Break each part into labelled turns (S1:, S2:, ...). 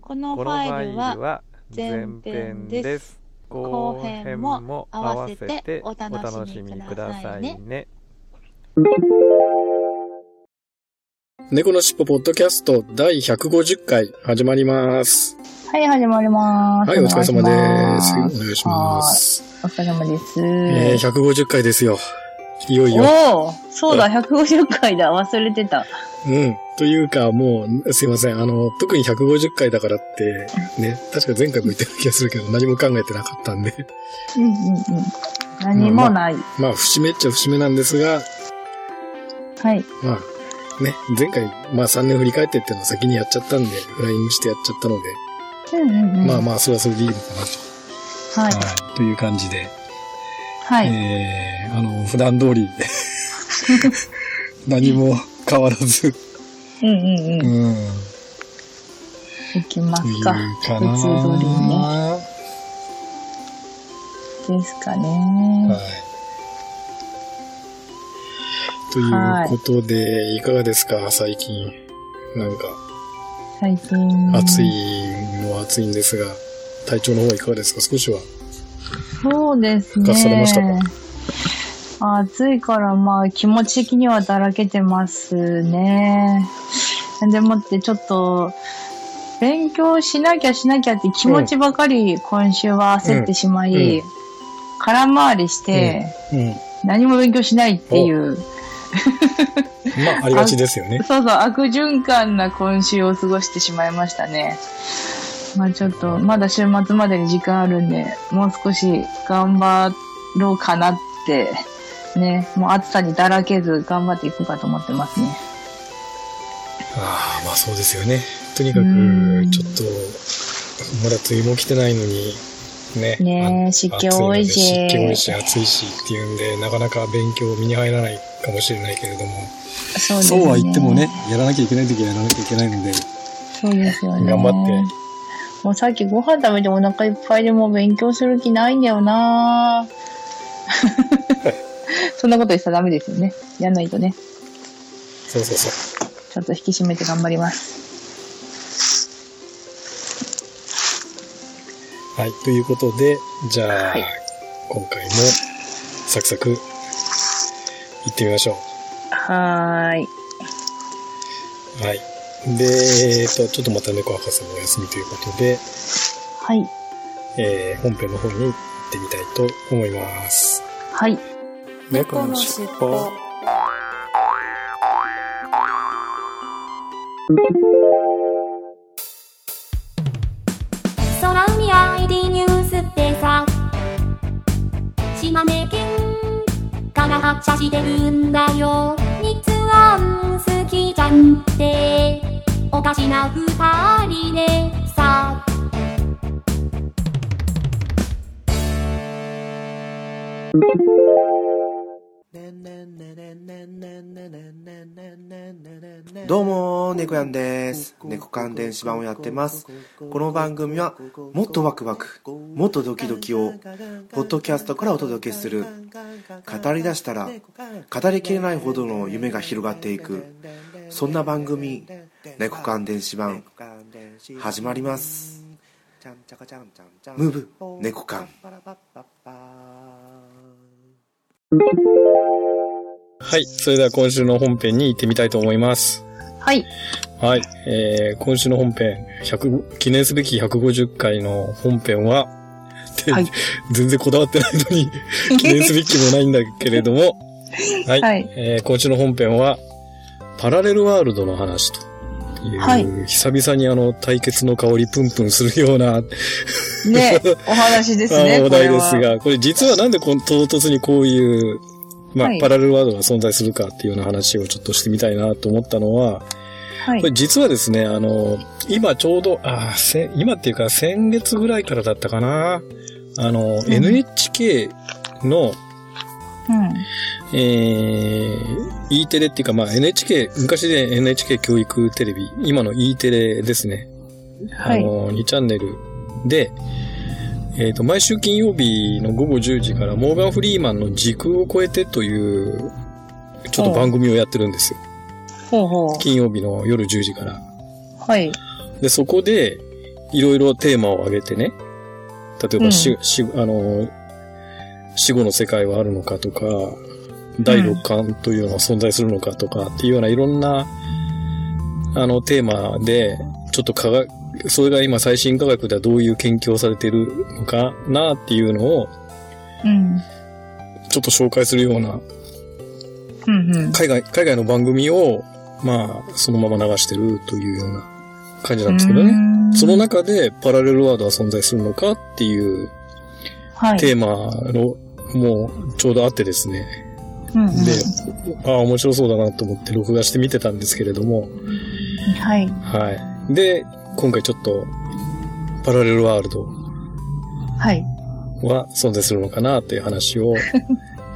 S1: このフ
S2: このファ
S1: ァイ
S2: イ
S1: ル
S2: ル
S1: は
S2: は前
S1: 前
S2: 編
S1: 編
S2: で
S1: ですす。
S2: 後編も合わせてお楽しみくださいね。
S3: 猫のしっぽポッドキャスト第150回始まります。
S4: はい、始まります。
S3: はい、お疲れ様で
S4: 願い
S3: す。
S4: し
S3: お
S4: ま
S3: 願いします。
S4: お疲れ様です。
S3: えー、150回ですよ。いよいよ。
S4: おーそうだ、150回だ、忘れてた。
S3: うん。というか、もう、すいません。あの、特に150回だからって、ね、確か前回も言ってる気がするけど、何も考えてなかったんで。
S4: うんうんうん。何もない。
S3: まあ、節目っちゃ節目なんですが、
S4: はい。
S3: まあ、ね、前回、まあ3年振り返ってっていうのを先にやっちゃったんで、フライングしてやっちゃったので、
S4: うんうんうん。
S3: まあまあ、それはそれでいいのかなと。
S4: はい。
S3: はい。という感じで。
S4: はい。
S3: えー、あの、普段通 り、何も変わらず、
S4: うんうん
S3: う
S4: うん。
S3: ん、
S4: 行きま
S3: とい
S4: す
S3: う
S4: か。
S3: か
S4: 普通通りにね。
S3: な。
S4: ですかね。
S3: はい。ということで、いかがですか、最近。なんか、
S4: 最近。
S3: 暑い。のは暑いんですが、体調の方はいかがですか少しは。
S4: そうです
S3: 復活されました
S4: ね
S3: か。
S4: 暑いから、まあ、気持ち的にはだらけてますね。でもって、ちょっと、勉強しなきゃしなきゃって気持ちばかり今週は焦ってしまい、
S3: うん
S4: 空回りして、
S3: うん。
S4: 何も勉強しないっていう、
S3: まあ、ありがちですよね。
S4: そうそう、悪循環な今週を過ごしてしまいましたね。まあちょっと、まだ週末までに時間あるんで、もう少し頑張ろうかなって、ね、もう暑さにだらけず頑張っていこうかと思ってますね。
S3: ああ、まあそうですよね。とにかく
S4: うん、
S3: ちょっと、まだ梅雨も来てないのに、ね。
S4: ねえ湿気多いし
S3: 暑ので湿気多いし、暑いしっていうんで、なかなか勉強身に入らないかもしれないけれども。
S4: そうです
S3: そうは言ってもね。、やらなきゃいけない時はやらなきゃいけないので、
S4: そうですよね。
S3: 頑張って。
S4: もうさっきご飯食べてお腹いっぱいでもう勉強する気ないんだ よなそんなこと言っちゃダメですよね。やんないとね。
S3: そうそうそ
S4: ちょっと引き締めて頑張ります。
S3: う。はい、ということで、じゃあ、
S4: はい
S3: 今回も、サクサク、行ってみましょう。
S4: はーい。
S3: はい。で、えっと、ちょっとまた猫博士のお休みということで、
S4: はい。
S3: えー本編の方に行ってみたいと思います。
S4: はい。
S5: 猫
S6: こ
S5: の
S6: の
S5: し
S6: し
S5: っ
S6: っ
S5: ぽ
S6: ぽ。
S7: 空海 ID ニュースってさ島根県から発車してるんだよ日安好きちゃんっておかしな二人でさ
S8: どうも、猫やんです。猫関連芝をやってます。この番組は、もっとワクワク、もっとドキドキを、ポッドキャストからお届けする。語り出したら、語りきれないほどの夢が広がっていく。そんな番組、猫関電子版、始まります。ムーブ、猫缶。
S3: はい。それでは今週の本編に行ってみたいと思います。
S4: はい。
S3: はい。えー、今週の本編、100、記念すべき150回の本編は、って
S4: はい
S3: 全然こだわってないのに、記念すべきもないんだけれども、はい。
S4: はい
S3: えー今週の本編は、パラレルワールドの話という、
S4: はい
S3: 久々にあの、対決の香りプンプンするような、
S4: ね、お話です
S3: あ
S4: ね。
S3: お
S4: これ
S3: 題で
S4: は
S3: すが、これ実はなんでこの唐突にこういう、まあ、
S4: はい
S3: パラレルワールドが存在するかっていうような話をちょっとしてみたいなと思ったのは、
S4: はい
S3: これ実はですね、あの、今ちょうど、あせ今っていうか先月ぐらいからだったかな。あの、
S4: ん
S3: NHK の、
S4: うん。
S3: えー、E テレっていうか、まあ NHK、昔で NHK 教育テレビ、今の E テレですね。
S4: はい
S3: あの、2チャンネルで、えっ、と、毎週金曜日の午後10時から、モーガン・フリーマンの時空を超えてという、ちょっと番組をやってるんですよ。
S4: ほうほ
S3: 金曜日の夜10時から。
S4: う。はい。
S3: で、そこで、いろいろテーマを挙げてね、例え
S4: う
S3: ば
S4: ん
S3: 死、死あの、死後の世界はあるのかとか、第六感というのが存在するのかとかっていうようないろんな、あの、テーマで、ちょっと科学、それが今最新科学ではどういう研究をされてるのかなっていうのを、
S4: うん。
S3: ちょっと紹介するような、
S4: うんうん。
S3: 海外、海外の番組を、まあ、そのまま流してるというような感じなんですけどね。
S4: ね
S3: その中でパラレルワードは存在するのかっていう
S4: はい。
S3: テーマの、もうちょうどあってですね。
S4: うんうん
S3: で、ああ、面白そうだなと思って録画して見てたんですけれども、
S4: はい。
S3: はい。で、今回ちょっと、パラレルワールド
S4: はい。
S3: は存在するのかなという話を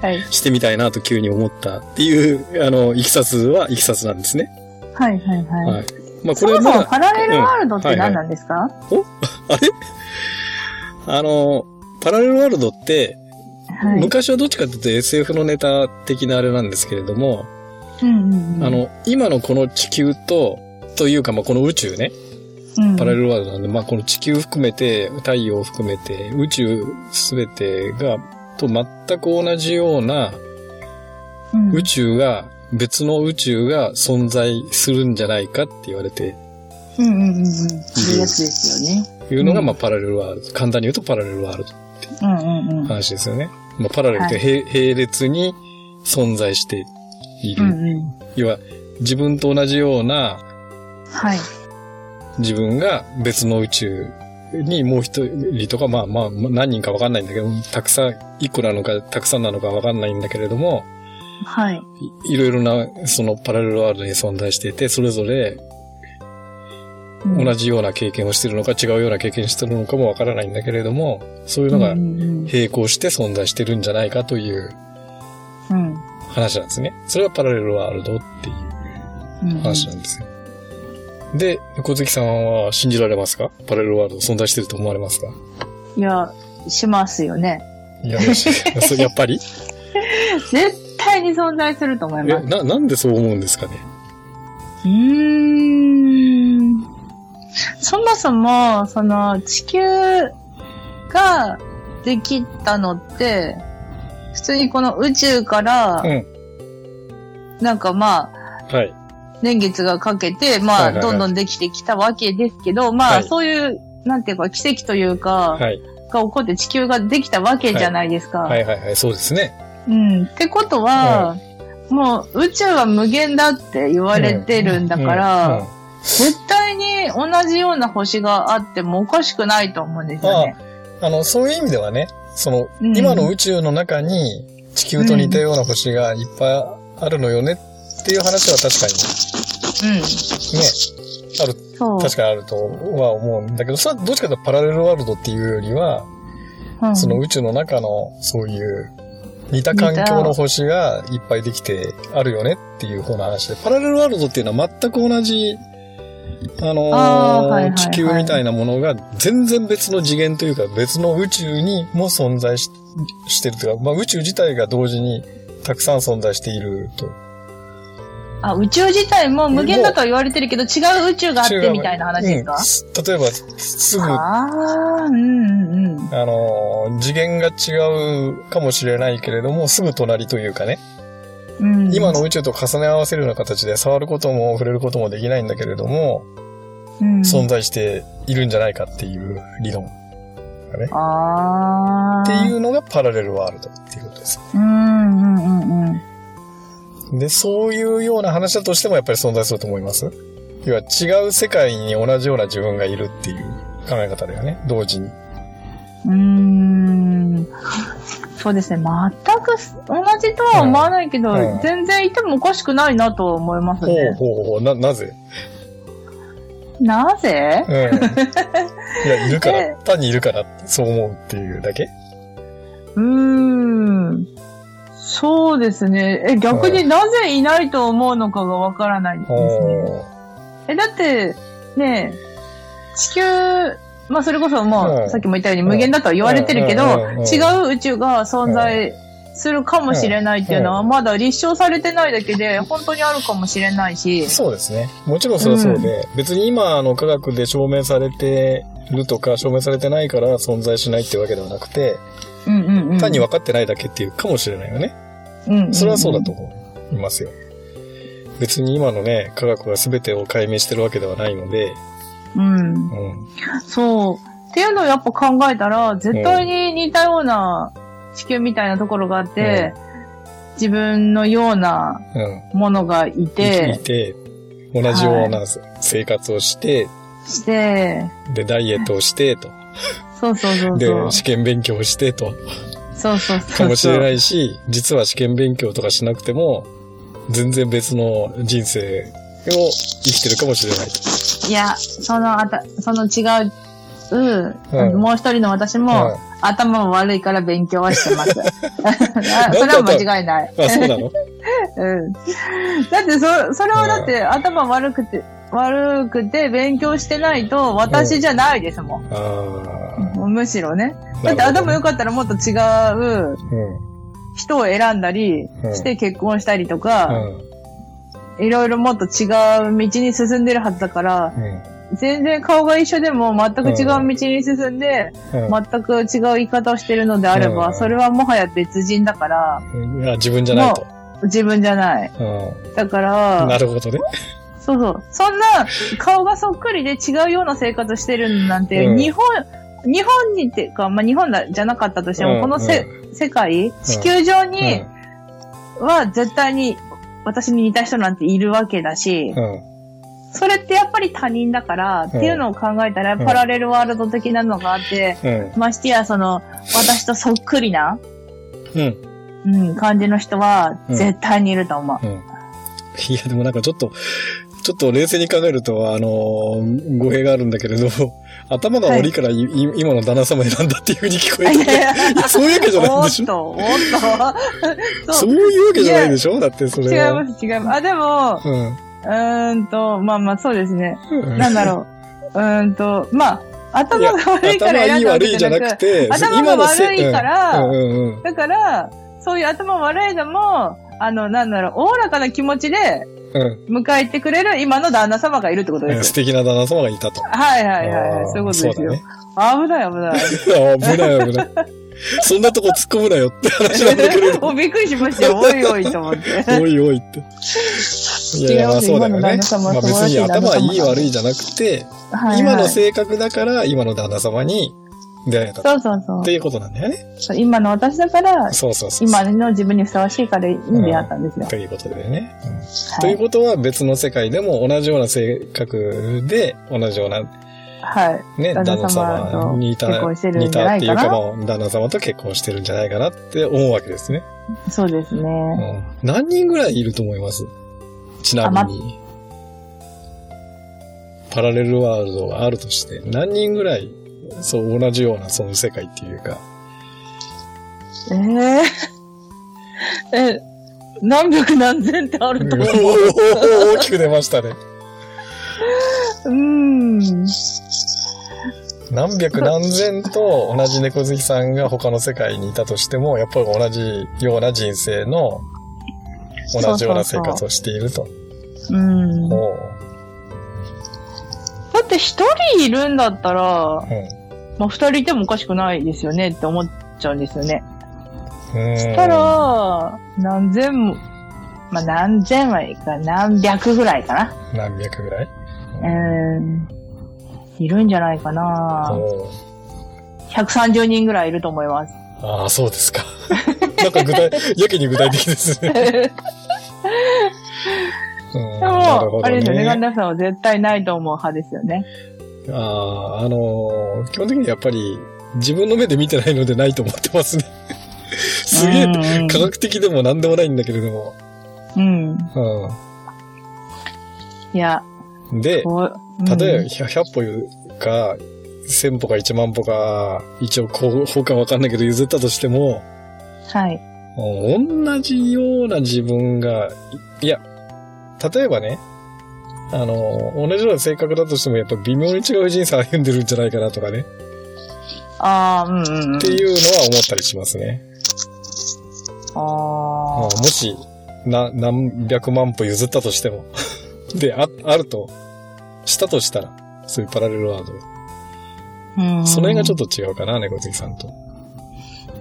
S4: はい。
S3: してみたいなと急に思ったっていう、あの、いきさつは、いきさつなんですね。
S4: はい。はい。は。
S3: はいい。まあ、
S4: そ
S3: これは
S4: もそ
S3: ま
S4: も
S3: だ、
S4: パラレルワールドっ
S3: う
S4: て
S3: んはいはい
S4: 何なんですか
S3: あの、パラレルワールドって、
S4: はい。
S3: 昔はどっちかっていうと SF のネタ的なあれなんですけれども、
S4: うんうんうん。
S3: あ、の、今のこの地球と、というか、まあ、この宇宙ね、
S4: うん、
S3: パラレルワールドなんで、まあ、この地球含めて、太陽を含めて、宇宙すべてが、と全く同じような
S4: うん
S3: 宇宙が、別の宇宙が存在するんじゃないかって言われて
S4: うんうんうんうん。そういうやつですよね。
S3: いるのが、
S4: うん
S3: まあ、パラレルワールド。簡単に言うとパラレルワールド
S4: うんうんうん。
S3: 話ですよね。まあ、パラレルって並並列に存在していうる。
S4: んうん。
S3: 要は、自分と同じような
S4: はい。
S3: 自分が別の宇宙にもう一人とか、まあまあ、何人かわかんないんだけど、たくさん、一個なのか、たくさんなのかわかんないんだけれども、
S4: はい。
S3: いいろいろな、そのパラレルワールドに存在していて、それぞれ
S4: うん
S3: 同じような経験をしてるのか、違うような経験してるのかもわからないんだけれども、そういうのが
S4: うんうん
S3: 並行して存在してるんじゃないかという
S4: うん
S3: 話なんですね。それはパラレルワールドっていう
S4: うん
S3: 話なんですよ。で、小月さんは信じられますかパラレルワールド存在してると思われますか
S4: いや、しますよね。
S3: いや、よし そうやっぱり
S4: 絶対に存在すると思い
S3: え
S4: ます。
S3: な、なんでそう思うんですかね
S4: うーん。そもそも、その、地球ができたのって、普通にこの宇宙から
S3: う、
S4: なんかまあ、
S3: はい。
S4: 年月がかけて、ま
S3: は
S4: あ、
S3: いはいはい
S4: どんどんできてきたわけですけど、ま
S3: は
S4: あ、
S3: い
S4: そういう、なんていうか、奇跡というか、
S3: はい。
S4: が起こって地球ができたわけじゃないですか。
S3: はいはいはい、そうですね。
S4: うん。ってことは、もう宇宙は無限だって言われてるんだから、
S3: うんうん
S4: 絶対に同じような星があってもおかしくないと思うんですよね。
S3: あの、そういう意味ではね、その、
S4: うん
S3: 今の宇宙の中に地球と似たような星がいっぱいあるのよねっていう話は確かに
S4: うん。
S3: ね、ある、
S4: そう。
S3: 確かにあるとは思うんだけど、それはどっちかというとパラレルワールドっていうよりは、
S4: うん
S3: その宇宙の中のそういう似た環境の星がいっぱいできてあるよねっていう方の話で、パラレルワールドっていうのは全く同じ、あのー
S4: あーはいはいはい
S3: 地球みたいなものが全然別の次元というか別の宇宙にも存在ししてるというか、まあ、宇宙自体が同時にたくさん存在していると。
S4: あ、宇宙自体も無限だとは言われてるけど、違う宇宙があってみたいな話ですか、
S3: うん例えば、すぐ
S4: ああ、うんうんうん。
S3: あのー、次元が違うかもしれないけれども、すぐ隣というかね、
S4: うん、
S3: 今の宇宙と重ね合わせるような形で触ることも触れることもできないんだけれども、
S4: うん、
S3: 存在しているんじゃないかっていう理論がね。
S4: ああ。。
S3: っていううのがパラレルワールドっていうことです。
S4: うんうんうんうん。
S3: で、そういうような話だとしてもやっぱり存在すると思います要は違う世界に同じような自分がいるっていう考え方だよね。同時に。
S4: うーんそうですね。全く同じとは思わないけど、
S3: うんうん
S4: 全然いてもおかしくないなとは思います
S3: ほう
S4: ね。
S3: ほうほう。な、なぜ
S4: なぜ
S3: うん。いや、いるから、単にいるから、そう思うっていうだけ
S4: うーん。そうですね。え、逆になぜいないと思うのかがわからないですね。
S3: お
S4: え、だって、ねえ地球、まあそれこそも
S3: う
S4: うんさっきも言ったように無限だとは言われてるけど
S3: うんうんうん、
S4: 違う宇宙が存在するかもしれないっていうのは
S3: う
S4: まだ立証されてないだけで、本当にあるかもしれないし、
S3: そうですね。もちろんそれはそうで、別に今の科学で証明されてるとか、証明されてないから存在しないってわけではなくて、
S4: うんうんうん。
S3: 単に分かってないだけっていうかもしれないよね。
S4: うんうんうん
S3: それはそうだと思いますよ。別に今のね、科学が全てを解明してるわけではないので、
S4: うん。
S3: うん。
S4: そう。っていうのをやっぱ考えたら、絶対に似たような地球みたいなところがあって、自分のような
S3: うん。
S4: ものがい
S3: 生き
S4: て、
S3: て、同じような生活をして、
S4: して、
S3: で、ダイエットをして、と。
S4: そうそうそう
S3: で
S4: そう。、
S3: 試験勉強をして、と。
S4: そうそうそうそ
S3: か
S4: う。
S3: もしれないし、実は試験勉強とかしなくても、全然別の人生を生きてるかもしれないと。
S4: いや、そのあた、その違う、う
S3: うん
S4: ん、もう一人の私も、
S3: はい
S4: 頭も悪いから勉強はして ます。あ
S3: と
S4: それは間違いない。
S3: あ、そうなの
S4: うんだってそ、それはだって頭悪くて、悪くて勉強してないと私じゃないですもん。
S3: あ
S4: むしろね。
S3: あ。
S4: だって頭良
S3: く、
S4: かったらもっと違う
S3: うん。
S4: 人を選んだり
S3: うん
S4: して結婚したりと
S3: う
S4: か、
S3: ん。
S4: いろいろもっと違う道に進んでるはずだから、全然顔が一緒でも全く違う道に進んで、
S3: うん。
S4: 全く違う言い方をしてるのであれ
S3: う
S4: ば、
S3: ん
S4: それはもはや別人だから、
S3: うん。あ自分じゃないと。
S4: 自分じゃない。
S3: う
S4: だか
S3: ん。な
S4: ら、
S3: るほどね。
S4: そうそう。そんな、顔がそっくりで違うような生活してるなんて、
S3: うん
S4: 日本、日本にっていうか、まあ、日本だじゃなかったとしても、
S3: うん
S4: このせ、世界、地球上には絶対に私に似た人なんているわけだし
S3: う、ん。うん。
S4: それってやっぱり他人だから、っていうのを考えたら、
S3: うん
S4: パラレルワールド的なのがあって、
S3: うん。
S4: ましてや、その、私とそっくりな、
S3: うん。
S4: うん、感じの人は
S3: うん
S4: 絶対にいると思う。
S3: うん。いや、でもなんかちょっと、ちょっと冷静に考えると、あのー語弊があるんだけれど、頭が悪いからい、い今の旦那様選んだっていうふうに聞こえ
S4: い
S3: て
S4: やいや
S3: いやそういうわけじゃない
S4: お
S3: んで
S4: っ
S3: しょ
S4: と、おっと。
S3: そういうわけじゃないでしょだってそ
S4: 違い
S3: れは。
S4: ます、違います。あ、でも、うーんと、まあまあそうですね。
S3: うん。
S4: なんだろう。うーんと、まあ、頭が悪いから
S3: 頭
S4: 選
S3: い
S4: ん
S3: い
S4: だわ
S3: 悪
S4: け
S3: いじ
S4: じ
S3: ゃ
S4: ゃな
S3: な
S4: く
S3: く、て、
S4: 頭が
S3: 今のせ
S4: 悪いから
S3: うんうんうん
S4: だから、そういう頭悪いのも、あの、なんだろう、おおらかな気持ちで
S3: うん
S4: 迎えてくれる今の旦那様がいるってこと
S3: う
S4: で
S3: ん。
S4: す
S3: 素。敵な旦那様がいたと。
S4: はいはいはいはい。そういうことですよ。危ない危ない。
S3: よ。危ない危ない。 そんなとこ突っ込むなよって話なんだけれど。
S4: おびっくりしましたよ。おいおいと思 って。
S3: おいおいって。いやいや、まあそうだよ
S4: 今の
S3: ね。
S4: 旦那様は
S3: まあ別
S4: 素晴
S3: に
S4: らしい旦那様
S3: 頭がいい悪いじゃなくて、
S4: はいはい
S3: 今の性格だから今の旦那様に出会えたっ
S4: そうそうそう
S3: ていうことなんだよね。
S4: そう。今の私だから、
S3: そうそうそう。
S4: 今の自分にふさわしいからいい出会ったんですよ。
S3: ということでね。うんと。
S4: はいいう
S3: ことは別の世界でも同じような性格で同じような
S4: はい。
S3: ね、
S4: 旦
S3: 旦
S4: 那
S3: 那
S4: 様
S3: 様
S4: と
S3: にいた、
S4: 結婚してるん
S3: 似
S4: じゃな
S3: たっ
S4: い
S3: てい
S4: か
S3: う
S4: な
S3: か、まあ旦那様と結婚してるんじゃないかなって思うわけですね。
S4: そうです
S3: う
S4: ね。
S3: ん、何人ぐらいいると思いますちなみに。パラレルワールドがあるとして、何人ぐらい、そう、同じようなその世界っていう か、
S4: えええ、何百何千ってあ
S3: お
S4: ると思う。
S3: ー大きく出ましたね。
S4: うーん。
S3: 何百何千と同じ猫好きさんが他の世界にいたとしても、やっぱり同じような人生の、同じような生活をしていると。
S4: うん。だ
S3: お
S4: って一人いるんだったら、
S3: ーうん
S4: まあ二人いてもおかしくないですよねって思っちゃうんですよね。
S3: し
S4: した、ら、何千も、まあ何千はいいか、何百ぐらいかな。
S3: 何百ぐらい
S4: うん。いるんじゃないかな。
S3: おー
S4: 130人ぐらいいると思います。
S3: ああ、そうですか。 なんか具体、やけに具体的ですね。
S4: で
S3: うんなる
S4: も、
S3: ほ
S4: あ
S3: ど
S4: れですよね、ガン
S3: ね。
S4: ダムさんは絶対ないと思う派ですよね。
S3: ああ、あのー基本的にやっぱり自分の目で見てないのでないと思ってますね。すげえ、
S4: うん
S3: 科学的でも何でもないんだけれども。
S4: う
S3: う
S4: ん。
S3: ん。
S4: いや、
S3: で、
S1: おうん
S3: 例えば100 100歩か、1000歩か1万歩か、一応こう、方かわかんないけど譲ったとしても、
S1: はい。
S3: うん同じような自分が、いいや、例えばね、あの、同じような性格だとしても、やっぱ微妙に違う人生歩んでるんじゃないかなとかね、
S1: ああ、うんうんうん
S3: って。いうのは思ったりしますね。うん
S1: あ
S3: もし、な、何百万歩譲ったとしても。 で、あ、あると、したとしたら、そういうパラレルワード。
S1: あ。
S3: その辺がちょ
S1: っ
S3: っと違うかな、猫杉さんと。
S1: と。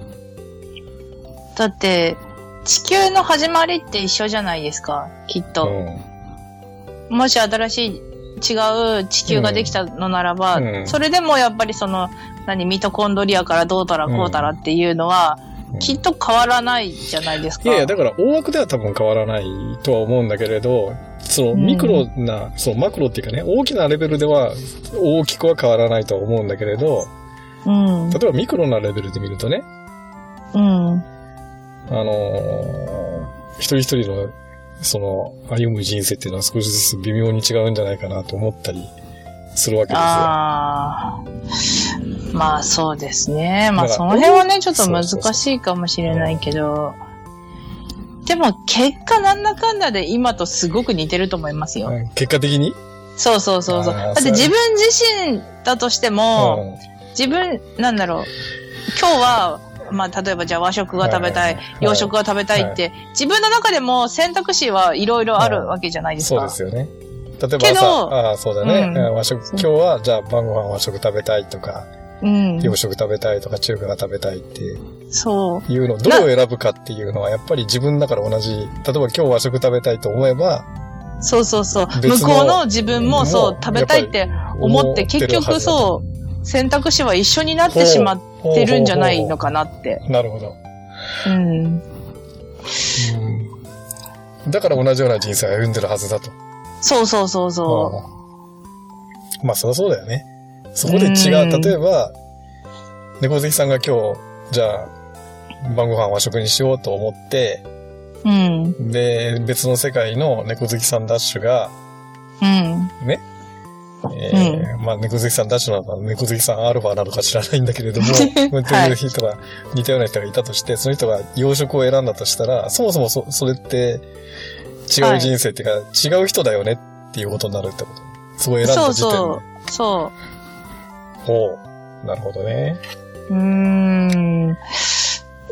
S1: だって、地球の始まりって一緒じゃないですか、きっ
S3: う
S1: と。
S3: ん。
S1: もし新しい違う地球ができたのならば、
S3: うん
S1: それでもやっぱりその、何、ミトコンドリアからどうたらこうたらっていうのは、
S3: うん
S1: きっと変わらないじゃないですか。
S3: いやいや、だから大枠では多分変わらないとは思うんだけれど、その
S1: うん
S3: ミクロな、そのマクロっていうかね、大きなレベルでは大きくは変わらないとは思うんだけれど、
S1: うん。
S3: 例えばミクロなレベルで見るとね、
S1: うん。
S3: あのー一人一人の、その、歩む人生っていうのは少しずつ微妙に違うんじゃないかなと思ったりするわけですよ。
S1: ああ。まあそうですね。まあ
S3: だ
S1: そ
S3: から
S1: の辺はね、ちょっ
S3: そ
S1: と
S3: うそう
S1: 難
S3: そう
S1: しいかもしれないけど、でも結果なんだかんだで今とすごく似てると思いますよ。
S3: うん結果的に
S1: そうそうそうそう。
S3: あー
S1: だって
S3: そう
S1: 自分自身だとしても、自分、なんだろう、今日は、まあ、例えばじゃあ和食が食べたい、洋食
S3: が
S1: が食べたいって、自分の中でも選択肢はいろいろあるわけじゃないです
S3: そ
S1: か。
S3: うですよね。例えば
S1: けど
S3: さ、ああ、そうだね、
S1: うん
S3: 和食、今日は、じゃあ晩ご飯和食食べたいとか、
S1: うん。
S3: 洋食食べたいとか、中華が食べたいっていう
S1: そう。
S3: のをどう選ぶかっていうのは、やっぱり自分だから同じ。例えば今日和食食べたいと思えば、
S1: そうそうそう。向
S3: 別の
S1: こうの自分もそう
S3: も、う
S1: 食べたいって思って、結局そう、選択肢は一緒になってしまっ
S3: う、
S1: てるんじゃないの
S3: か。
S1: かなって。
S3: なるほど。
S1: うん。
S3: うんだから同じような人生を歩んでるはずだと。
S1: そうそうそうそう。
S3: うんまあ、そりゃそうだよね。そこで違
S1: う
S3: う。
S1: ん
S3: 例えば、猫好きさんが今日、じゃあ、晩ご飯和食にしようと思って、
S1: うん。
S3: で、別の世界の猫好きさんダッシュが、
S1: うん。
S3: えーまあ、猫好きさんダッシュなのか、猫好きさんアルファなのか知らないんだけれども、 という人が、似たような人がいたとして、その人が洋食を選んだとしたら、そもそもそそれって、違う人生っていうか、違う人だよねっていうことになるってこと。そう選んだ時点
S1: そう
S3: で。
S1: そう。そう。
S3: ほう。なるほどね。
S1: うーん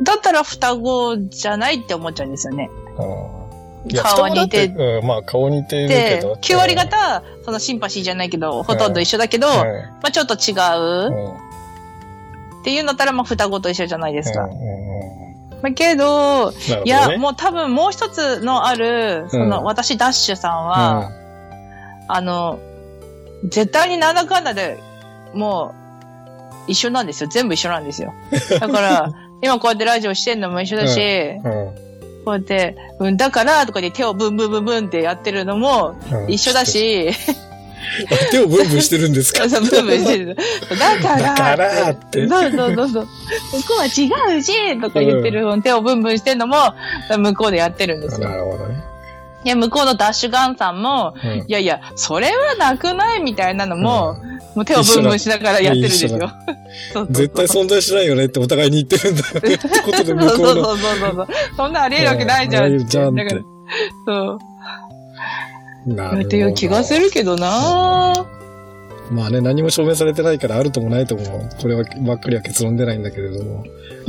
S1: だったら双子じゃないって思っちゃうんですよね。
S3: うん。
S1: 顔は似て
S3: 双子だっうん、まあ顔似てるけ
S1: で
S3: ど。、
S1: 9割方、そのシンパシーじゃないけど、ほとんど一緒だけど、
S3: うん
S1: まあちょっと違
S3: うん。う。
S1: うんっていうのだったら、まあ双子と一緒じゃないですか。
S3: うん
S1: まあけ
S3: なるほ
S1: ど、
S3: どね。
S1: いや、もう多分もう一つのある、その、
S3: うん
S1: 私ダッシュさんは、あの、絶対になんだかんだで、もう、一緒なんですよ。全部一緒なんですよ。だから、今こうやってラジオしてんのも一緒だし、
S3: うん、
S1: こうやって、うん、だからとかで手をブンブンブンブンってやってるのも
S3: うんうん
S1: 一緒だ。し、
S3: 手をブンブンしてるんですか
S1: そうブンブンしてる。だか
S3: だか
S1: ら、
S3: らって
S1: そうそうそうそう。向こうは違うし、とか言ってる、手をブンブンしてるのも、向こうでやってるんですよ。
S3: なるほどね。
S1: いや、向こうのダッシュガンさんも、
S3: うん
S1: いやいや、それはなくないみたいなのも、もう手をブンブンしながらやってるんですよ
S3: 一緒。
S1: そうそうそう
S3: 絶対存在しないよねってお互いに言ってるんだよねってことで向こ
S1: そうう
S3: の。
S1: そうそうそうそう。そんなありえるわけないじゃ。
S3: うんんじゃんって
S1: だから、そう。
S3: な
S1: っていう気がするけどなぁ。
S3: まあね、何も証明されてないからあるともないとも、これはばっかりは結論出ないんだけれども、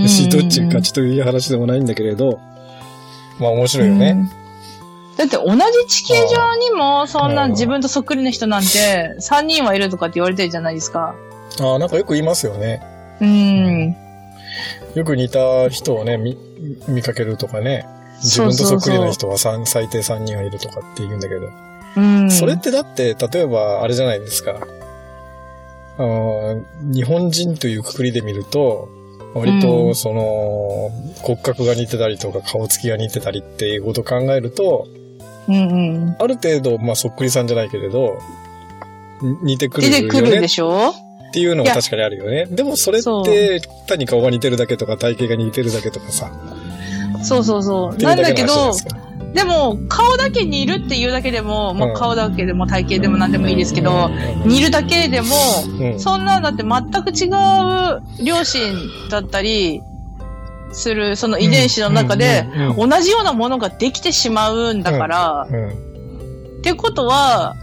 S3: し、どっちが勝ちという話でもないんだけれど、まあ面白いよね。
S1: だって同じ地球上にも、そんな自分とそっくりな人なん て、3人はいるとかって言われてるじゃないですか。
S3: ああ、なんかよく言いますよね。
S1: うん。
S3: よく似た人をね、見、見かけるとかね。自分とそっくりな人は三最低3人はいるとかって言うんだけど。
S1: うん。
S3: それってだって、例えば、あれじゃないですか。あー日本人というくくりで見ると、割
S1: う
S3: と、
S1: ん
S3: その、骨格が似てたりとか、顔つきが似てたりっていうことを考えると、
S1: うんうん。
S3: ある程度、まあ、そっくりさんじゃないけれど、に似てくる
S1: 出
S3: よ
S1: てくる
S3: ね
S1: でしょ
S3: っていうのは確かにあるよね。でもそれっ
S1: そう
S3: て、単に顔が似てるだけとか、体型が似てるだけとかさ。
S1: そうそうそう。
S3: ってい
S1: な
S3: うん
S1: だけ
S3: の話
S1: ど
S3: です、よ
S1: でも、顔だけ煮るっていうだけでも、もう顔だけでも体型でも何でもいいですけど、煮るだけでも、
S3: うん
S1: そんなんだって全く違う両親だったりする、その遺伝子の中で、
S3: うんうんうん
S1: 同じようなものができてしまうんだから、
S3: うん
S1: ってことは、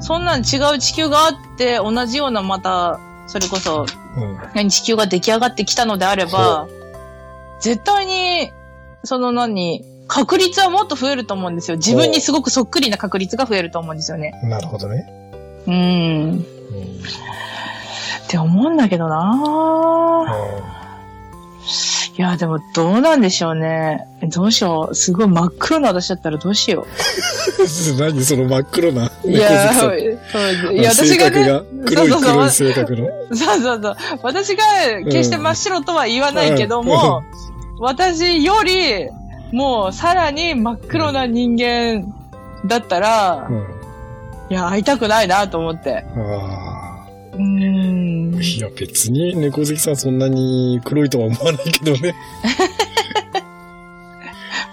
S1: そんなん違う地球があって、同じようなまた、それこそ、
S3: うん
S1: 何、地球が出来上がってきたのであれば、絶対に、その何、確率はもっと増えると思うんですよ。自分にすごくそっくりな確率が増えると思うんですよね。
S3: なるほどね。
S1: う
S3: う
S1: ん。っ
S3: んうん
S1: て思うんだけどなぁいや、でもどうなんでしょうね。どうしよう。すごい真っ黒な私だったらどうしよ
S3: 何その真っ黒な。
S1: う。いや、
S3: 猫好
S1: そう
S3: き
S1: そう。
S3: さん
S1: いや、私
S3: 性、
S1: がね
S3: 格が黒い
S1: そうそう
S3: 黒い性格の。
S1: そうそうそう。私が決して真っ白とは言わ ないけども、私より、もうさらに真っ黒な人間だったら、
S3: うん
S1: いや、会いたくないなと思って。
S3: ああ。
S1: うーん。
S3: いや、別に猫好きさんそんなに黒いとは思わないけどね。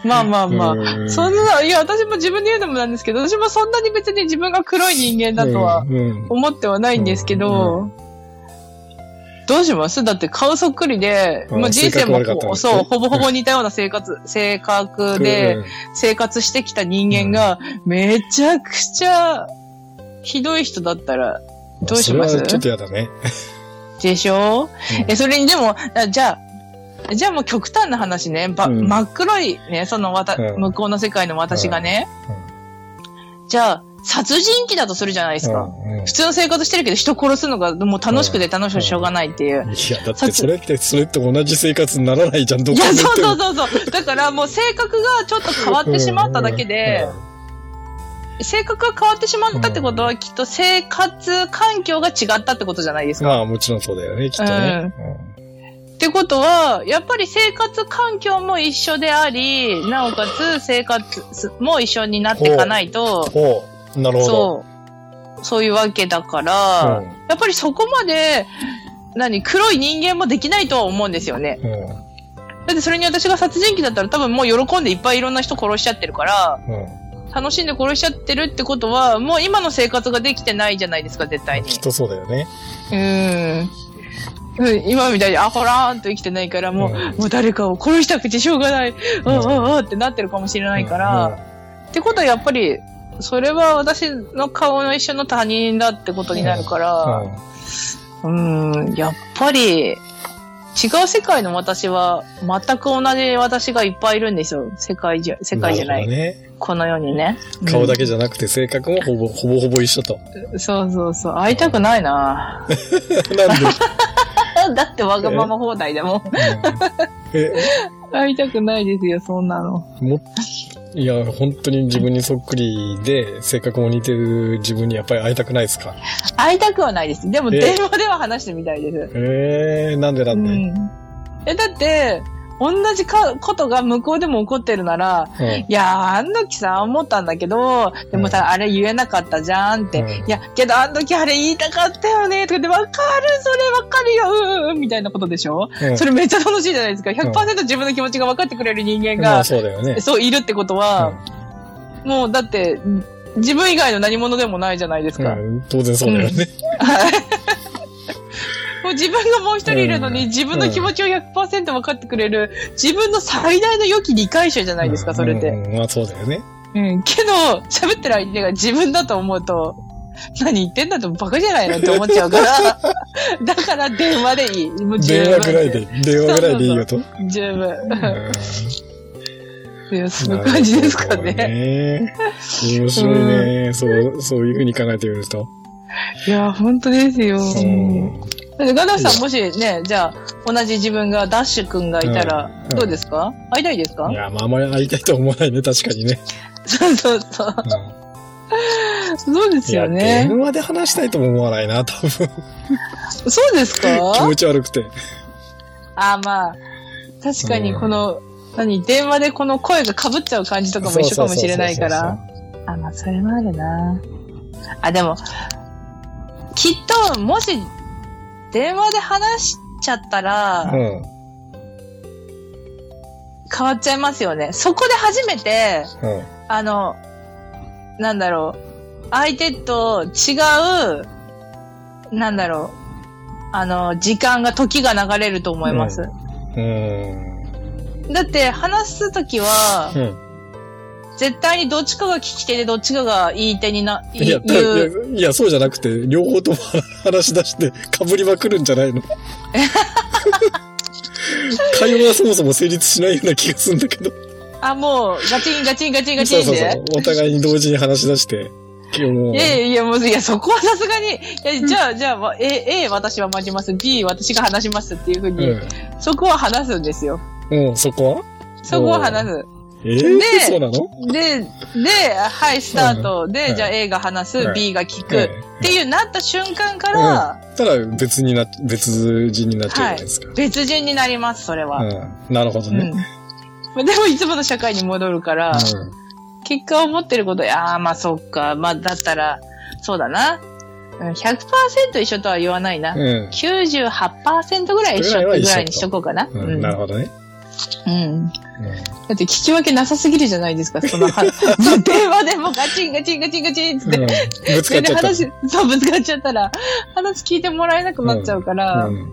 S1: まあまあまあ。
S3: あ
S1: そんな、いや、私も自分で言うのもなんですけど、私もそんなに別に自分が黒い人間だとは
S3: うんうん
S1: 思ってはないんですけ
S3: う
S1: ど、どうしますだって顔そっくりで、
S3: うん
S1: もう人生も
S3: 性格悪かったん
S1: こう
S3: ですね
S1: そう、ほぼほぼ似たような生活、性格で、生活してきた人間が、めちゃくちゃ、ひどい人だったら、
S3: うん
S1: どうします
S3: それはちょっとやだね。
S1: でしょ、
S3: うん
S1: え、それにでも、あじゃあ、じゃあもう極端な話ね、ば
S3: うん
S1: 真っ黒いね、そのわた、
S3: うん
S1: 向こうの世界の私がね、じゃあ、殺人鬼だとするじゃないですか。
S3: うんうん
S1: 普通の生活してるけど人殺すのがもう楽しくて楽しくてしょうがないっていう。
S3: いや、だってそれって、それって同じ生活にならないじゃん、ど
S1: い
S3: こ
S1: や、
S3: に
S1: そうそう
S3: う。
S1: そうそう。だからもう性格がちょっと変わってしまっただけで、性格が変わってしまったってことは、きっと生活環境が違ったってことじゃないですか。
S3: まあ、もちろんそうだよね、きっとね。
S1: ってことは、やっぱり生活環境も一緒であり、なおかつ生活も一緒になっていかないと、
S3: ほう、なるほど。
S1: そう、そういうわけだから、
S3: うん
S1: やっぱりそこまで、何、黒い人間もできないとは思うんですよね。
S3: うん
S1: だってそれに私が殺人鬼だったら多分もう喜んでいっぱいいろんな人殺しちゃってるから、
S3: う
S1: 楽しんで殺しちゃってるってことは、もう今の生活ができてないじゃないですか、絶対
S3: ん。
S1: に
S3: き。っとそうだよね。
S1: うーん。うん今みたいにアホラーンと生きてないから、もう、
S3: うん
S1: もう誰かを殺したくてしょうがない、うん、うん、うんってなってるかもしれないから、ってことはやっぱり、それは私の顔の一緒の他人だってことになるから、
S3: う
S1: うん、んやっぱり、違う世界の私は、全く同じ私がいっぱいいるんですよ。世界じゃ、世
S3: ん。
S1: 界じゃない。
S3: るほどね。
S1: この世にね。
S3: 顔だけじゃなくて性格もほぼ、ほぼほぼ一緒と。
S1: そうそうそう。会いたくないな
S3: なんで、
S1: だってわがまま放題でも。
S3: え、
S1: 会いたくないですよ、そんなの。
S3: も、いや、本当に自分にそっくりで、性格も似てる自分にやっぱり会いたくないですか
S1: 会いたくはないです。でも
S3: え
S1: 電話では話してみたいです。
S3: えー、なんでな
S1: うん
S3: で、
S1: ん。え、だって、同じかことが向こうでも起こってるなら、
S3: うん
S1: いやー、あん時さ、思ったんだけど、でもさ、あれ言えなかったじゃんって。
S3: うん
S1: いや、けどあん時あれ言いたかったよね、とかで、わかる、それわかるよ、うんうんうん、みたいなことでしょ、
S3: うん
S1: それめっちゃ楽しいじゃないですか。100%自分の気持ちが分かってくれる人間
S3: ま
S1: が
S3: あ、そうだよね。
S1: そういるってことは、もうだって、自分以外の何者でもないじゃないです
S3: うん
S1: か。
S3: うん当然そうだよね。
S1: もう自分がもう一人いるの
S3: う
S1: に、
S3: ん
S1: 自分の気持ちを100%分かってくれる、自分の最大の良き理解者じゃないですか、それって。
S3: うんうんまあそうだよね。
S1: うん。けど、喋ってる相手が自分だと思うと、何言ってんだとバカじゃないのって思っちゃ うから、だから電話でいい。もう十分
S3: 電話ぐらいで、電話ぐらいでいいよと。
S1: 十分。
S3: う
S1: うん、そ
S3: ん
S1: ういう感じですか
S3: なるほど
S1: ね。
S3: ね。面白いね。そう、そういうふうに考えてみると。
S1: いや、本当ですよ。
S3: うん
S1: だってガダフさん、もしね、じゃあ、同じ自分がダッシュ君がいたら
S3: うん、
S1: どうですか会いたいですか
S3: いや、まああんまり会いたいとは思わないね、確かにね。
S1: そうそうそう。
S3: うん
S1: そうです
S3: いや、
S1: よね
S3: 電。話で話したいとも思わないな、多分。
S1: そうですか
S3: 気持ち悪くて。
S1: あーまあ、確かにこの、何、電話でこの声が被っちゃう感じとかも一緒かもしれないから。あ、まあ、それもあるな。あ、でも、きっと、もし、電話で話しちゃった
S3: そうそうそうそう。う
S1: ら、
S3: ん。
S1: 変わっちゃいますよね。そこで初めて、
S3: うん。
S1: あの、なんだろう、相手と違う、なんだろう、あの、時間が、時が流れると思います。
S3: うん。
S1: だって、話すときは、
S3: うん。
S1: 絶対にどっちかが聞き手でどっちかが言い手にな、い
S3: いや、
S1: 言。
S3: たいうや、いやそうじゃなくて、両方とも話し出して、被りまくるんじゃない の会話がそもそも成立しないような気がするんだけど。
S1: あ、もう、ガチンガチンガチンガチン
S3: そう
S1: で。
S3: そうそう。お互いに同時に話し出して、今日も
S1: いやいやいや、もう、いや、そこはさすがに、え、じゃあ、じゃあわ、A、A、私は待ちます。B、私が話しますっていうふうに、そこは話すんですよ。
S3: うん。うん、そこは
S1: そこは話す。
S3: えー
S1: で、
S3: そうなの
S1: で、で、はい、スタート。
S3: は
S1: で、
S3: い
S1: じゃあ A が話す、
S3: はい
S1: B が聞く。
S3: え
S1: っていうなった瞬間から、
S3: ただ別にな、別人になっちゃうじゃないですか。
S1: 別人になります、それは。
S3: うん。なるほど
S1: うん。
S3: ね。
S1: でも、いつもの社会に戻るから、
S3: うん。
S1: 結果を持ってること、ああ、まあそっか、まあだったら、そうだな。うん100%一緒とは言わないな。
S3: うん。
S1: 98%ぐらい一緒ってぐらいにしとこうかな。
S3: うんなるほどね。
S1: うん。だ
S3: うん
S1: って聞き分けなさすぎるじゃないですか、その 話。もう電話でもガチンガチンガチンガチンっつって。
S3: うんぶつかっち
S1: それで
S3: ゃった。
S1: 話、そう、ぶつかっちゃったら、話聞いてもらえなくなっちゃうから、うん。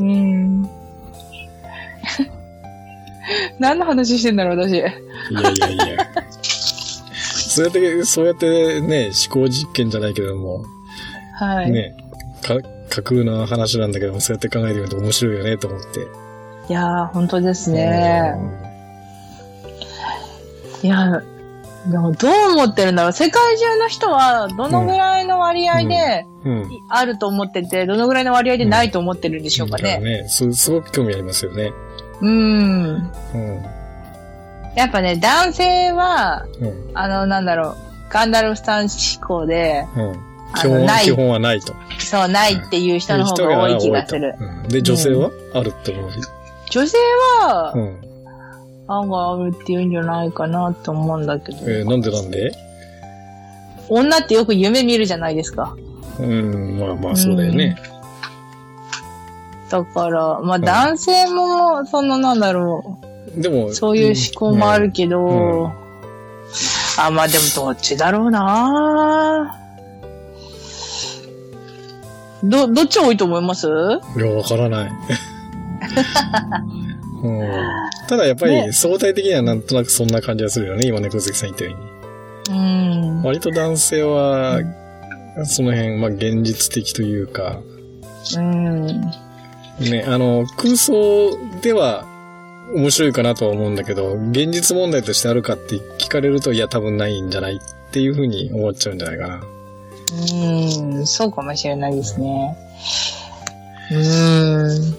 S3: うん
S1: ん何の話してんだろう、私。
S3: いやいやいや。 そうやって、そうやってね、思考実験じゃないけども、
S1: はい。
S3: ね、か架空な話なんだけども、そうやって考えてみると面白いよねと思って。
S1: いやー、本当ですね。いや、でもどう思ってるんだろう。世界中の人は、どのぐらいの割合で、
S3: うん。うん。
S1: あると思ってて、どのぐらいの割合でないと思ってるんでしょうか
S3: だから
S1: ね。
S3: ね、すすごく興味ありますよね。
S1: うん。
S3: うん。
S1: やっぱね、男性は、
S3: うん。
S1: あの、なんだろう、ガンダルフさん思考で、
S3: うん。
S1: あの
S3: 基本は、
S1: ない
S3: 基本はないと。
S1: そう、ないっていう人の方が多い気がする。
S3: うんで、女性はあるって思う。
S1: 女性
S3: う
S1: は、
S3: ん。
S1: 案があるっていうんじゃないかなと思うんだけど、
S3: えーなんでなんで
S1: 女ってよく夢見るじゃないですか。
S3: うん、まあまあ、そうだよね。
S1: だから、まあ
S3: ん
S1: 男性も、そのなんだろ
S3: でも、
S1: う、そういう思考もあるけど、
S3: うんうん
S1: あ、まあでもどっちだろうなど、どっち多いと思います
S3: いや、わから ない。うん、ただやっぱり
S1: ね
S3: 相対的にはなんとなくそんな感じがするよね、今猫好きさん言ったように。
S1: うん。
S3: 割と男性は、その辺、まあ現実的というか、
S1: うん。
S3: ね、あの、空想では面白いかなとは思うんだけど、現実問題としてあるかって聞かれると、いや、多分ないんじゃないっていうふうに思っちゃうんじゃないかな。
S1: うん、そうかもしれないですね。うん。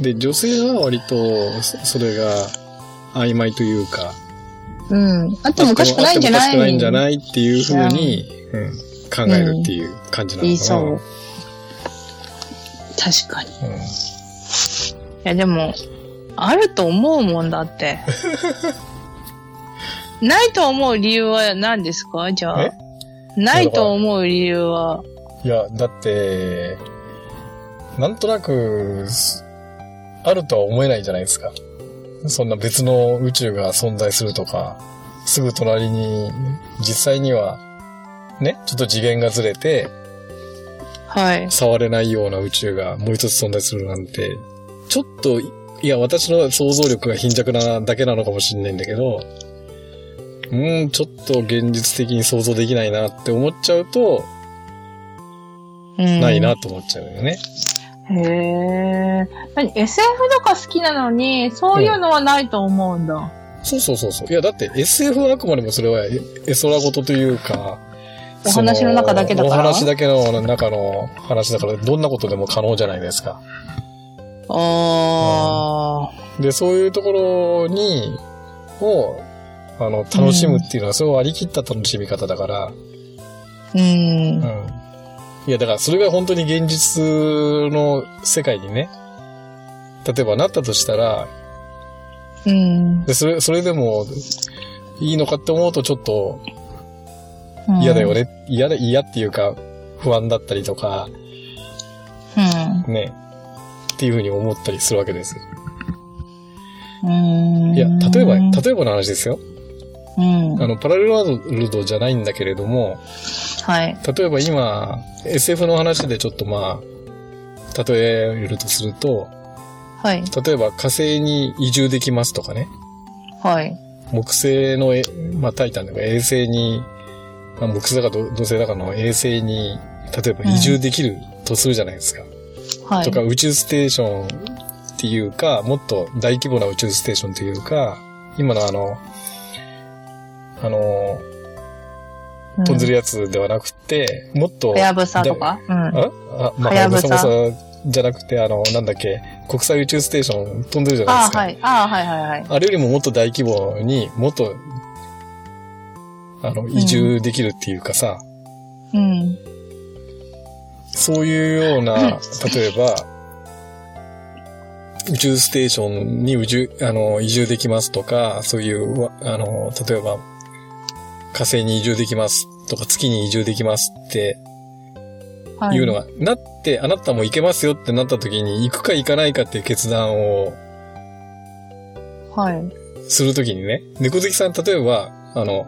S3: で、女性は割と、そそれが曖昧というか、
S1: うん。あってもおかしくないんじゃ
S3: あ
S1: な
S3: っ
S1: い
S3: てもおかしくないんじゃないっていうふうに、うん、考えるっていう感じなのかな。
S1: 言いそう。確かに。
S3: う
S1: い
S3: ん
S1: や、でも、あると思うもんだって。 ないと思う理由は何ですかじゃあ
S3: え。
S1: ないと思う理由は。
S3: いや、だって、なんとなく、すあるとは思えないじゃないですか。そんな別の宇宙が存在するとか、すぐ隣に、実際には、ね、ちょっと次元がずれて、
S1: はい。
S3: 触れないような宇宙がもう一つ存在するなんて、ちょっと、いや、私の想像力が貧弱なだけなのかもしれないんだけど、うーん、ちょっと現実的に想像できないなって思っちゃうと、
S1: うん、
S3: ないな。と思っちゃうよね。
S1: へえ。何 ?SF とか好きなのに、そういうのはないと思うんだ。
S3: そうそうそうそう。いや、だって SF はあくまでもそれはえ絵空事というか、
S1: お話
S3: そ
S1: の中だけだから
S3: お話だけの中の話だから、どんなことでも可能じゃないですか。
S1: ああ。
S3: で、そういうところに、を、あの、楽しむっていうのは、それを割り切った楽しみ方だから、
S1: うん
S3: うん。。いや、だからそれが本当に現実の世界にね、例えばなったとしたら、
S1: うん。
S3: でそれ、それでも、いいのかって思うとちょっと嫌だよね、嫌だ、嫌っていうか、不安だったりとか、
S1: うん。
S3: ね、っていうふうに思ったりするわけです。いや、例えば、例えばの話ですよ。
S1: うん。
S3: あの、パラレルワールドじゃないんだけれども、
S1: はい。
S3: 例えば今、SF の話でちょっとまあ、例えるとすると、
S1: はい。
S3: 例えば火星に移住できますとかね。
S1: はい。
S3: 木星の、まあ、タイタンでも衛星に、まあ、木星だか土星だかの衛星に、例えば移住できるとするじゃないですか。
S1: はい。
S3: とか宇宙ステーションっていうか、もっと大規模な宇宙ステーションというか、今のあの、あの、うん、飛んでるやつではなくて、もっと。
S1: はやぶさとかうん。
S3: あ、まあ、はやぶさもさじゃなくて、あの、なんだっけ、国際宇宙ステーション飛んでるじゃないですか。
S1: あはい。あはいはいはい。
S3: あれよりももっと大規模にもっと、あの、移住できるっていうかさ。
S1: うん。
S3: そういうよう な、例えば、宇宙ステーションに宇宙、あの、移住できますとか、そういう、あの、例えば、火星に移住できますとか、月に移住できますってはい、いうのが、なって、あなたも行けますよってなった時に、行くか行かないかっていう決断を、
S1: はい。
S3: するときにね、猫好きさん、例えば、あの、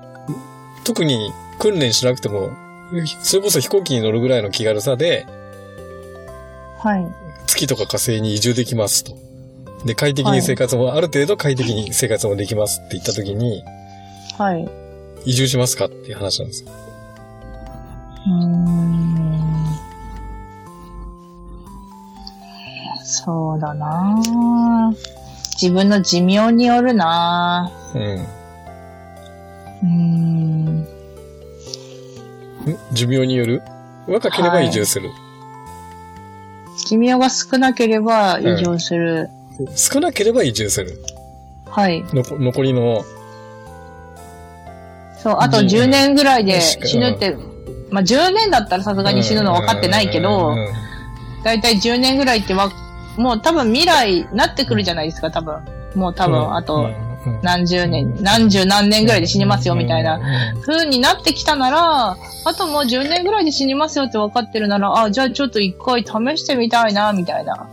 S3: 特に訓練しなくても、それこそ飛行機に乗るぐらいの気軽さで、
S1: はい。
S3: 月とか火星に移住できますと。で、快適に生活も、はい、ある程度快適に生活もできますって言ったときに、
S1: はい。
S3: 移住しますかっていう話なんですよ。
S1: そうだな自分の寿命によるな、
S3: うん。うん寿命による若ければ移住する、はい
S1: 寿命が少なければ移住する、
S3: うん、少なければ移住する。
S1: はい。
S3: の残りの。
S1: そう、あと10年ぐらいで死ぬって、まあ10年だったらさすがに死ぬの分かってないけど、だいたい10年ぐらいってわもう多分未来なってくるじゃないですか、多分。もう多分あと何十年、何十何年ぐらいで死にますよみたいな風になってきたなら、あともう10年ぐらいで死にますよって分かってるなら、あ、じゃあちょっと一回試してみたいな、みたいな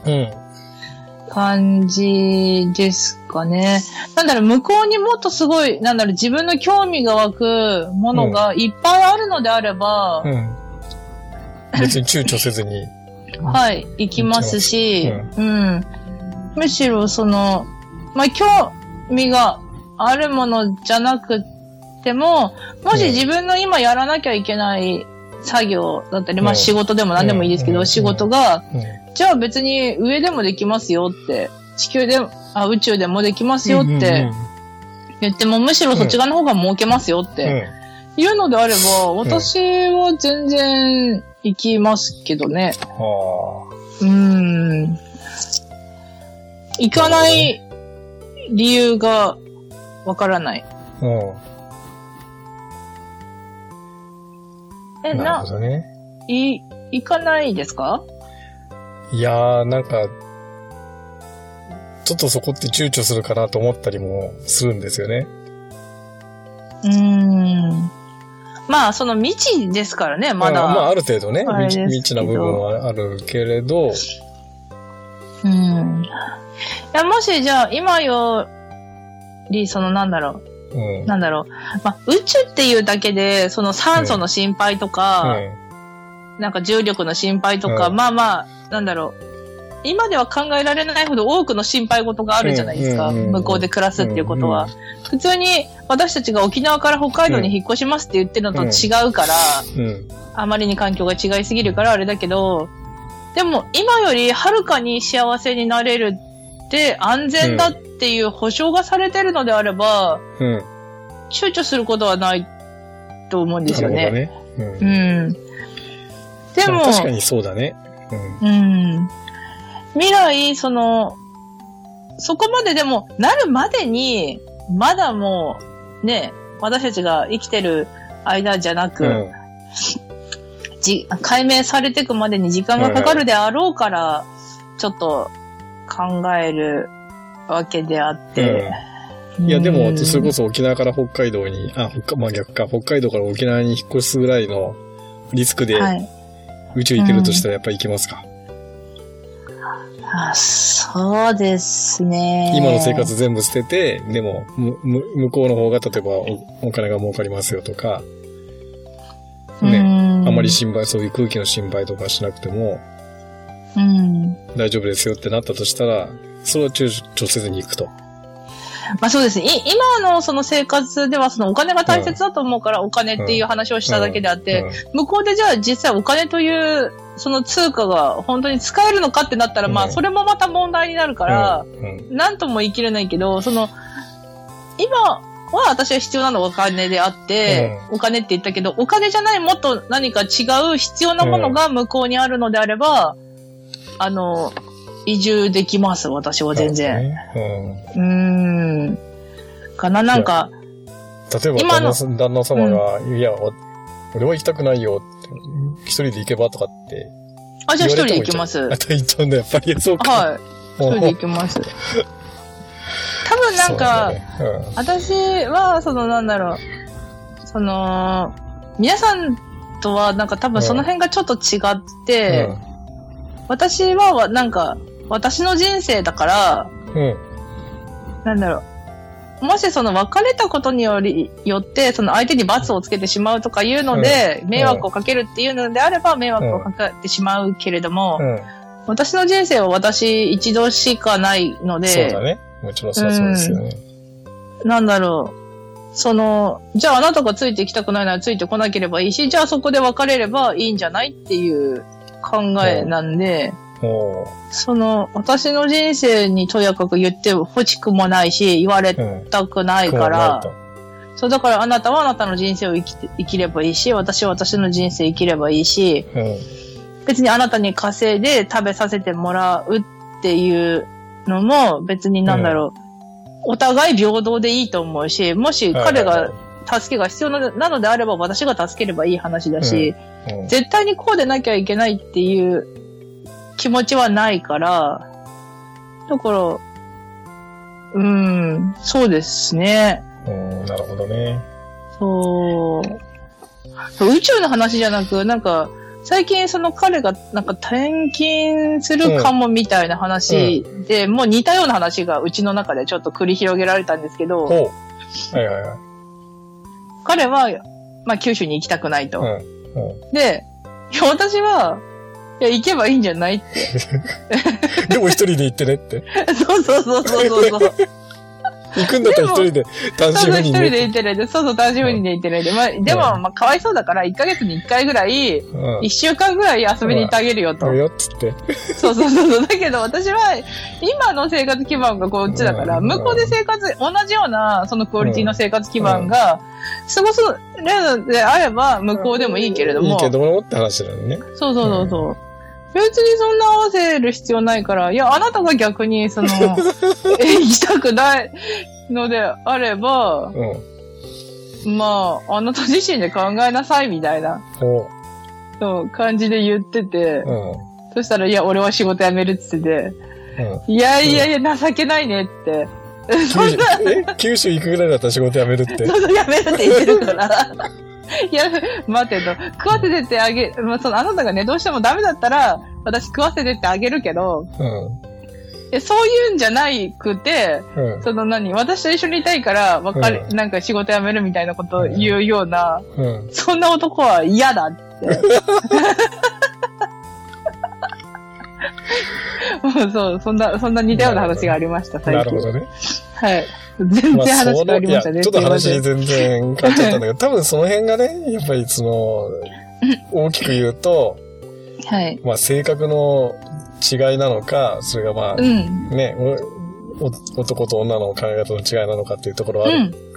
S1: 感じですかね。なんだろう、向こうにもっとすごい、なんだろう、自分の興味が湧くものがいっぱいあるのであれば、
S3: うんうん、別に躊躇せずに。
S1: はい、行きますし、うん、うん。むしろその、まあ、興味があるものじゃなくても、もし自分の今やらなきゃいけない作業だったり、うん、まあ、仕事でも何でもいいですけど、うん、仕事が、じゃあ別に上でもできますよって、地球であ、宇宙でもできますよって言っても、むしろそっち側の方が儲けますよって。言うのであれば、私は全然行きますけどね。
S3: は
S1: あ、うん。行かない理由がわからない。
S3: うん。
S1: え、な、
S3: な、ね、
S1: い、行かないですか
S3: いやー、なんか、ちょっとそこって躊躇するかなと思ったりもするんですよね。
S1: うん。まあ、その未知ですからね、まだ。
S3: あまあ、ある程度ね未、未知な部分はあるけれど。
S1: うん。いや、もし、じゃあ、今より、その、なんだろう。うん、なんだろう。まあ、宇宙っていうだけで、その酸素の心配とか、うんうん、なんか重力の心配とか、まあまあ、なんだろう。今では考えられないほど多くの心配事があるじゃないですか。向こうで暮らすっていうことは。普通に私たちが沖縄から北海道に引っ越しますって言ってるのと違うから、あまりに環境が違いすぎるからあれだけど、でも今よりはるかに幸せになれるって安全だっていう保証がされてるのであれば、躊躇することはないと思うんですよね。
S3: ねうん、
S1: うん。でも、
S3: 確かにそうだね。
S1: うん、うん未来、その、そこまででも、なるまでに、まだもう、ね、私たちが生きてる間じゃなく、うん、じ解明されていくまでに時間がかかるであろうから、うん、ちょっと考えるわけであって。
S3: うん、いや、でも、それこそ沖縄から北海道に、あ、北まあ逆か、北海道から沖縄に引っ越すぐらいのリスクで、宇宙行けるとしたらやっぱり行きますか、
S1: いあ、そうですね。
S3: 今の生活全部捨てて、でも、む、む向こうの方が、例えばお、お金が儲かりますよとか、ね、あまり心配、そういう空気の心配とかしなくても、
S1: うん。
S3: 大丈夫ですよってなったとしたら、それは躊躇せずに行くと。
S1: まあそうですね。今のその生活ではそのお金が大切だと思うからお金っていう話をしただけであって、向こうでじゃあ実際お金というその通貨が本当に使えるのかってなったら、まあそれもまた問題になるから、なんとも言い切れないけど、その、今、は私は必要なのはお金であって、うん、お金って言ったけど、お金じゃないもっと何か違う必要なものが向こうにあるのであれば、うん、あの、移住できます、私は全然。ね、うん。うーん。かな、なんか。
S3: 例えば今の旦那様が、うん、いや、俺は行きたくないよって、一人で行けばとかって。
S1: あ、じゃあ一人で行きます。
S3: あ、行っちゃうんだ、やっぱり。そうか。
S1: はい。一人で行きます。多分なんか、ねうん、私は、そのなんだろう、その、皆さんとはなんか多分その辺がちょっと違って、うんうん、私はなんか、私の人生だから、なんだろう、もしその別れたことにより、よって、その相手に罰をつけてしまうとかいうので、迷惑をかけるっていうのであれば迷惑をかけてしまうけれども、私の人生は私一度しかないので、
S3: そうだね。もちろんそうですよね、
S1: うん。なんだろう。その、じゃああなたがついてきたくないならついてこなければいいし、じゃあそこで別れればいいんじゃないっていう考えなんで、その、私の人生にとやかく言ってほしくもないし、言われたくないから、うん、そう、だからあなたはあなたの人生を生き生きればいいし、私は私の人生生きればいいし、うん、別にあなたに稼いで食べさせてもらうっていうのも別になんだろう、うん、お互い平等でいいと思うし、もし彼が助けが必要なのであれば私が助ければいい話だし、うんうん、絶対にこうでなきゃいけないっていう気持ちはないから、だから、うん、そうですね。
S3: なるほどね。
S1: そう。宇宙の話じゃなく、なんか、最近その彼がなんか転勤するかもみたいな話で、もう似たような話がうちの中でちょっと繰り広げられたんですけど、
S3: はいはいはい、。
S1: 彼は、まあ、九州に行きたくないと。で、私は、いや、行けばいいんじゃないって
S3: でも一人で行ってねって。
S1: そうそうそう そうそう。
S3: 行くんだったら一人で、単身赴任
S1: で。一人で行ってないで、そうそう、単身赴任で行ってないで。まあ、でも、まあ、かわいそうだから、1ヶ月に1回ぐらい、1週間ぐらい遊びに行ってあげるよと。
S3: よっつって。
S1: そうそうそう。だけど、私は、今の生活基盤がこっちだから、向こうで生活、同じような、そのクオリティの生活基盤が、過ごす例であれば、向こうでもいいけれども。い
S3: いけどもって話だよね。
S1: そうそうそうそう。別にそんな合わせる必要ないから、いや、あなたが逆に、 その、え、行きたくないのであれば、うん、まあ、あなた自身で考えなさい、みたいな、そう、感じで言ってて、うん、そしたら、いや、俺は仕事辞めるっつってて、うん、いやいやいや、情けないねって。
S3: そんな九州行くぐらいだったら仕事辞めるって。
S1: そうそう、辞めるって言ってるから。 いや、待てと。食わせてってあげ、まあ、そのあなたがね、どうしてもダメだったら、私食わせてってあげるけど、うん、そういうんじゃないくて、うん、その何、私と一緒にいたいから、わかる、うん、なんか仕事辞めるみたいなことを言うような、うん、そんな男は嫌だって。 もうそう、そんな、そんな似たような話がありました、
S3: 最近。なるほどね。
S1: はい。全然話変わりましたね。
S3: ちょっと話全然変わっちゃったんだけど、多分その辺がね、やっぱりその、大きく言うと、
S1: はい。
S3: まあ性格の違いなのか、それがまあ、うん、ね、男と女の考え方の違いなのかっていうところはある。うん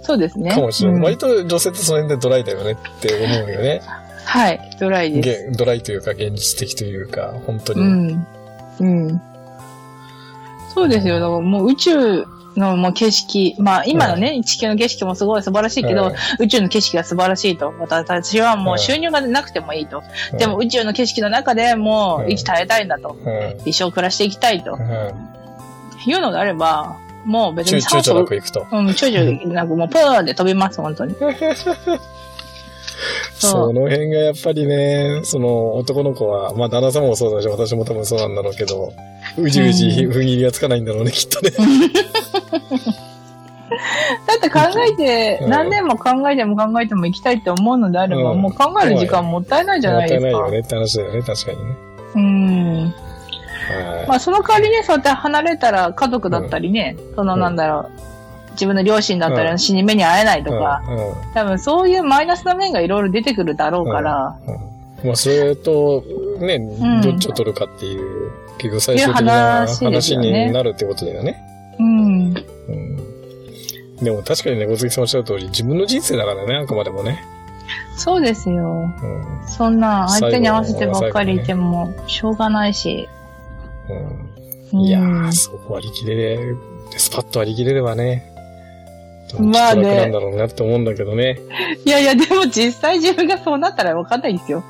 S1: そうですね。
S3: かもしれない。うん、割と女性ってその辺でドライだよねって思うよね。。
S1: はい、ドライです
S3: ドライというか現実的というか、本当に。うん。
S1: うん。そうですよ。だからもう宇宙のもう景色、まあ今のね、うん、地球の景色もすごい素晴らしいけど、うん、宇宙の景色が素晴らしいと。私はもう収入がなくてもいいと。うん、でも宇宙の景色の中でもう息絶えたいんだと。一生暮らしていきたいと。いうのであれば、もう別に
S3: 躊躇なく行くと。
S1: うん、躊躇なくもうプーで飛びます、本当に。
S3: その辺がやっぱりね、その男の子は、まあ旦那様もそうだし、私も多分そうなんだろうけど、うじうじ踏ん切りがつかないんだろうね、きっとね。
S1: だって考えて、何年も考えても考えても行きたいって思うのであれば、
S3: うん
S1: もう考える時間もったいない じゃないですか。
S3: もったいないよねって話だよね、確かにね。
S1: うん。
S3: はい
S1: まあその代わりね、そうやって離れたら家族だったりね、そのなんだろう、自分の両親だった
S3: う
S1: り、
S3: ん
S1: 死に目に会えないとか、
S3: うんうん
S1: 多分そういうマイナスな面がいろいろ出てくるだろうから、
S3: まあ、それと、ね、
S1: ん
S3: どっちを取るかっていう、結局最終的な
S1: いう話です
S3: 話
S1: よね
S3: になるってことだよね。
S1: うん。
S3: うん。でも確かにね、小杉さんおっしゃる通り、自分の人生だからね、あくまでもね。
S1: そうです
S3: う
S1: よ。
S3: ん。うん。
S1: そんな相手に合わせてばっかりいてもしょうがないし。うん
S3: いやー、そこ割り切れれ、スパッと割り切れればね、
S1: まあ
S3: き
S1: ね
S3: っと楽なんだろうなって思うんだけどね。
S1: いやいや、でも実際自分がそうなったらわかんないですよ。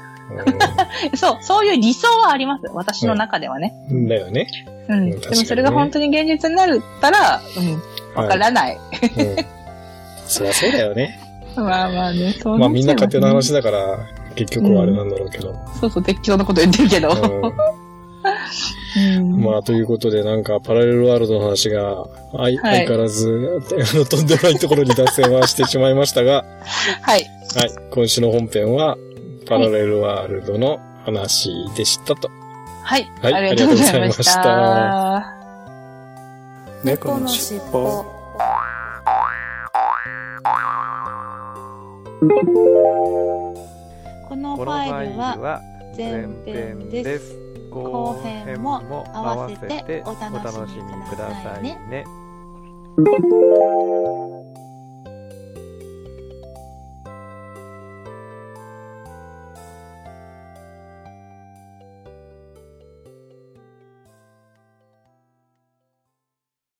S1: そう、そういう理想はあります。私の中ではね。
S3: うん。だよね。
S1: うん。
S3: うん確
S1: で
S3: か
S1: も
S3: にね
S1: それが本当に現実になるったら、うん、わからない。
S3: はい。うん。そりゃそうだよ ね。
S1: まあまあね、そう
S3: まあ
S1: っ
S3: みん
S1: ち
S3: ない
S1: ゃ
S3: 勝
S1: す
S3: 手
S1: ね
S3: な話だから、結局はあれなんだろうけど。
S1: そうそう、適当なこと言ってるけど。
S3: うん
S1: うん
S3: まあ、ということで、なんか、パラレルワールドの話が、あい
S1: はい
S3: 相変わらず、 あの、とんでもないところに脱線はしてしまいましたが、
S1: はい。
S3: はい、今週の本編は、パラレルワールドの話でしたと。
S1: はい。
S3: はい
S1: ありがとうございま
S3: ありがとうございま
S1: し
S3: した
S1: た。
S6: 猫のしっぽ
S9: このフ
S2: このファ
S9: ァ
S2: イ
S9: イル
S2: ル
S9: は
S2: は前編です。後編も合わせてお楽しみくださいね。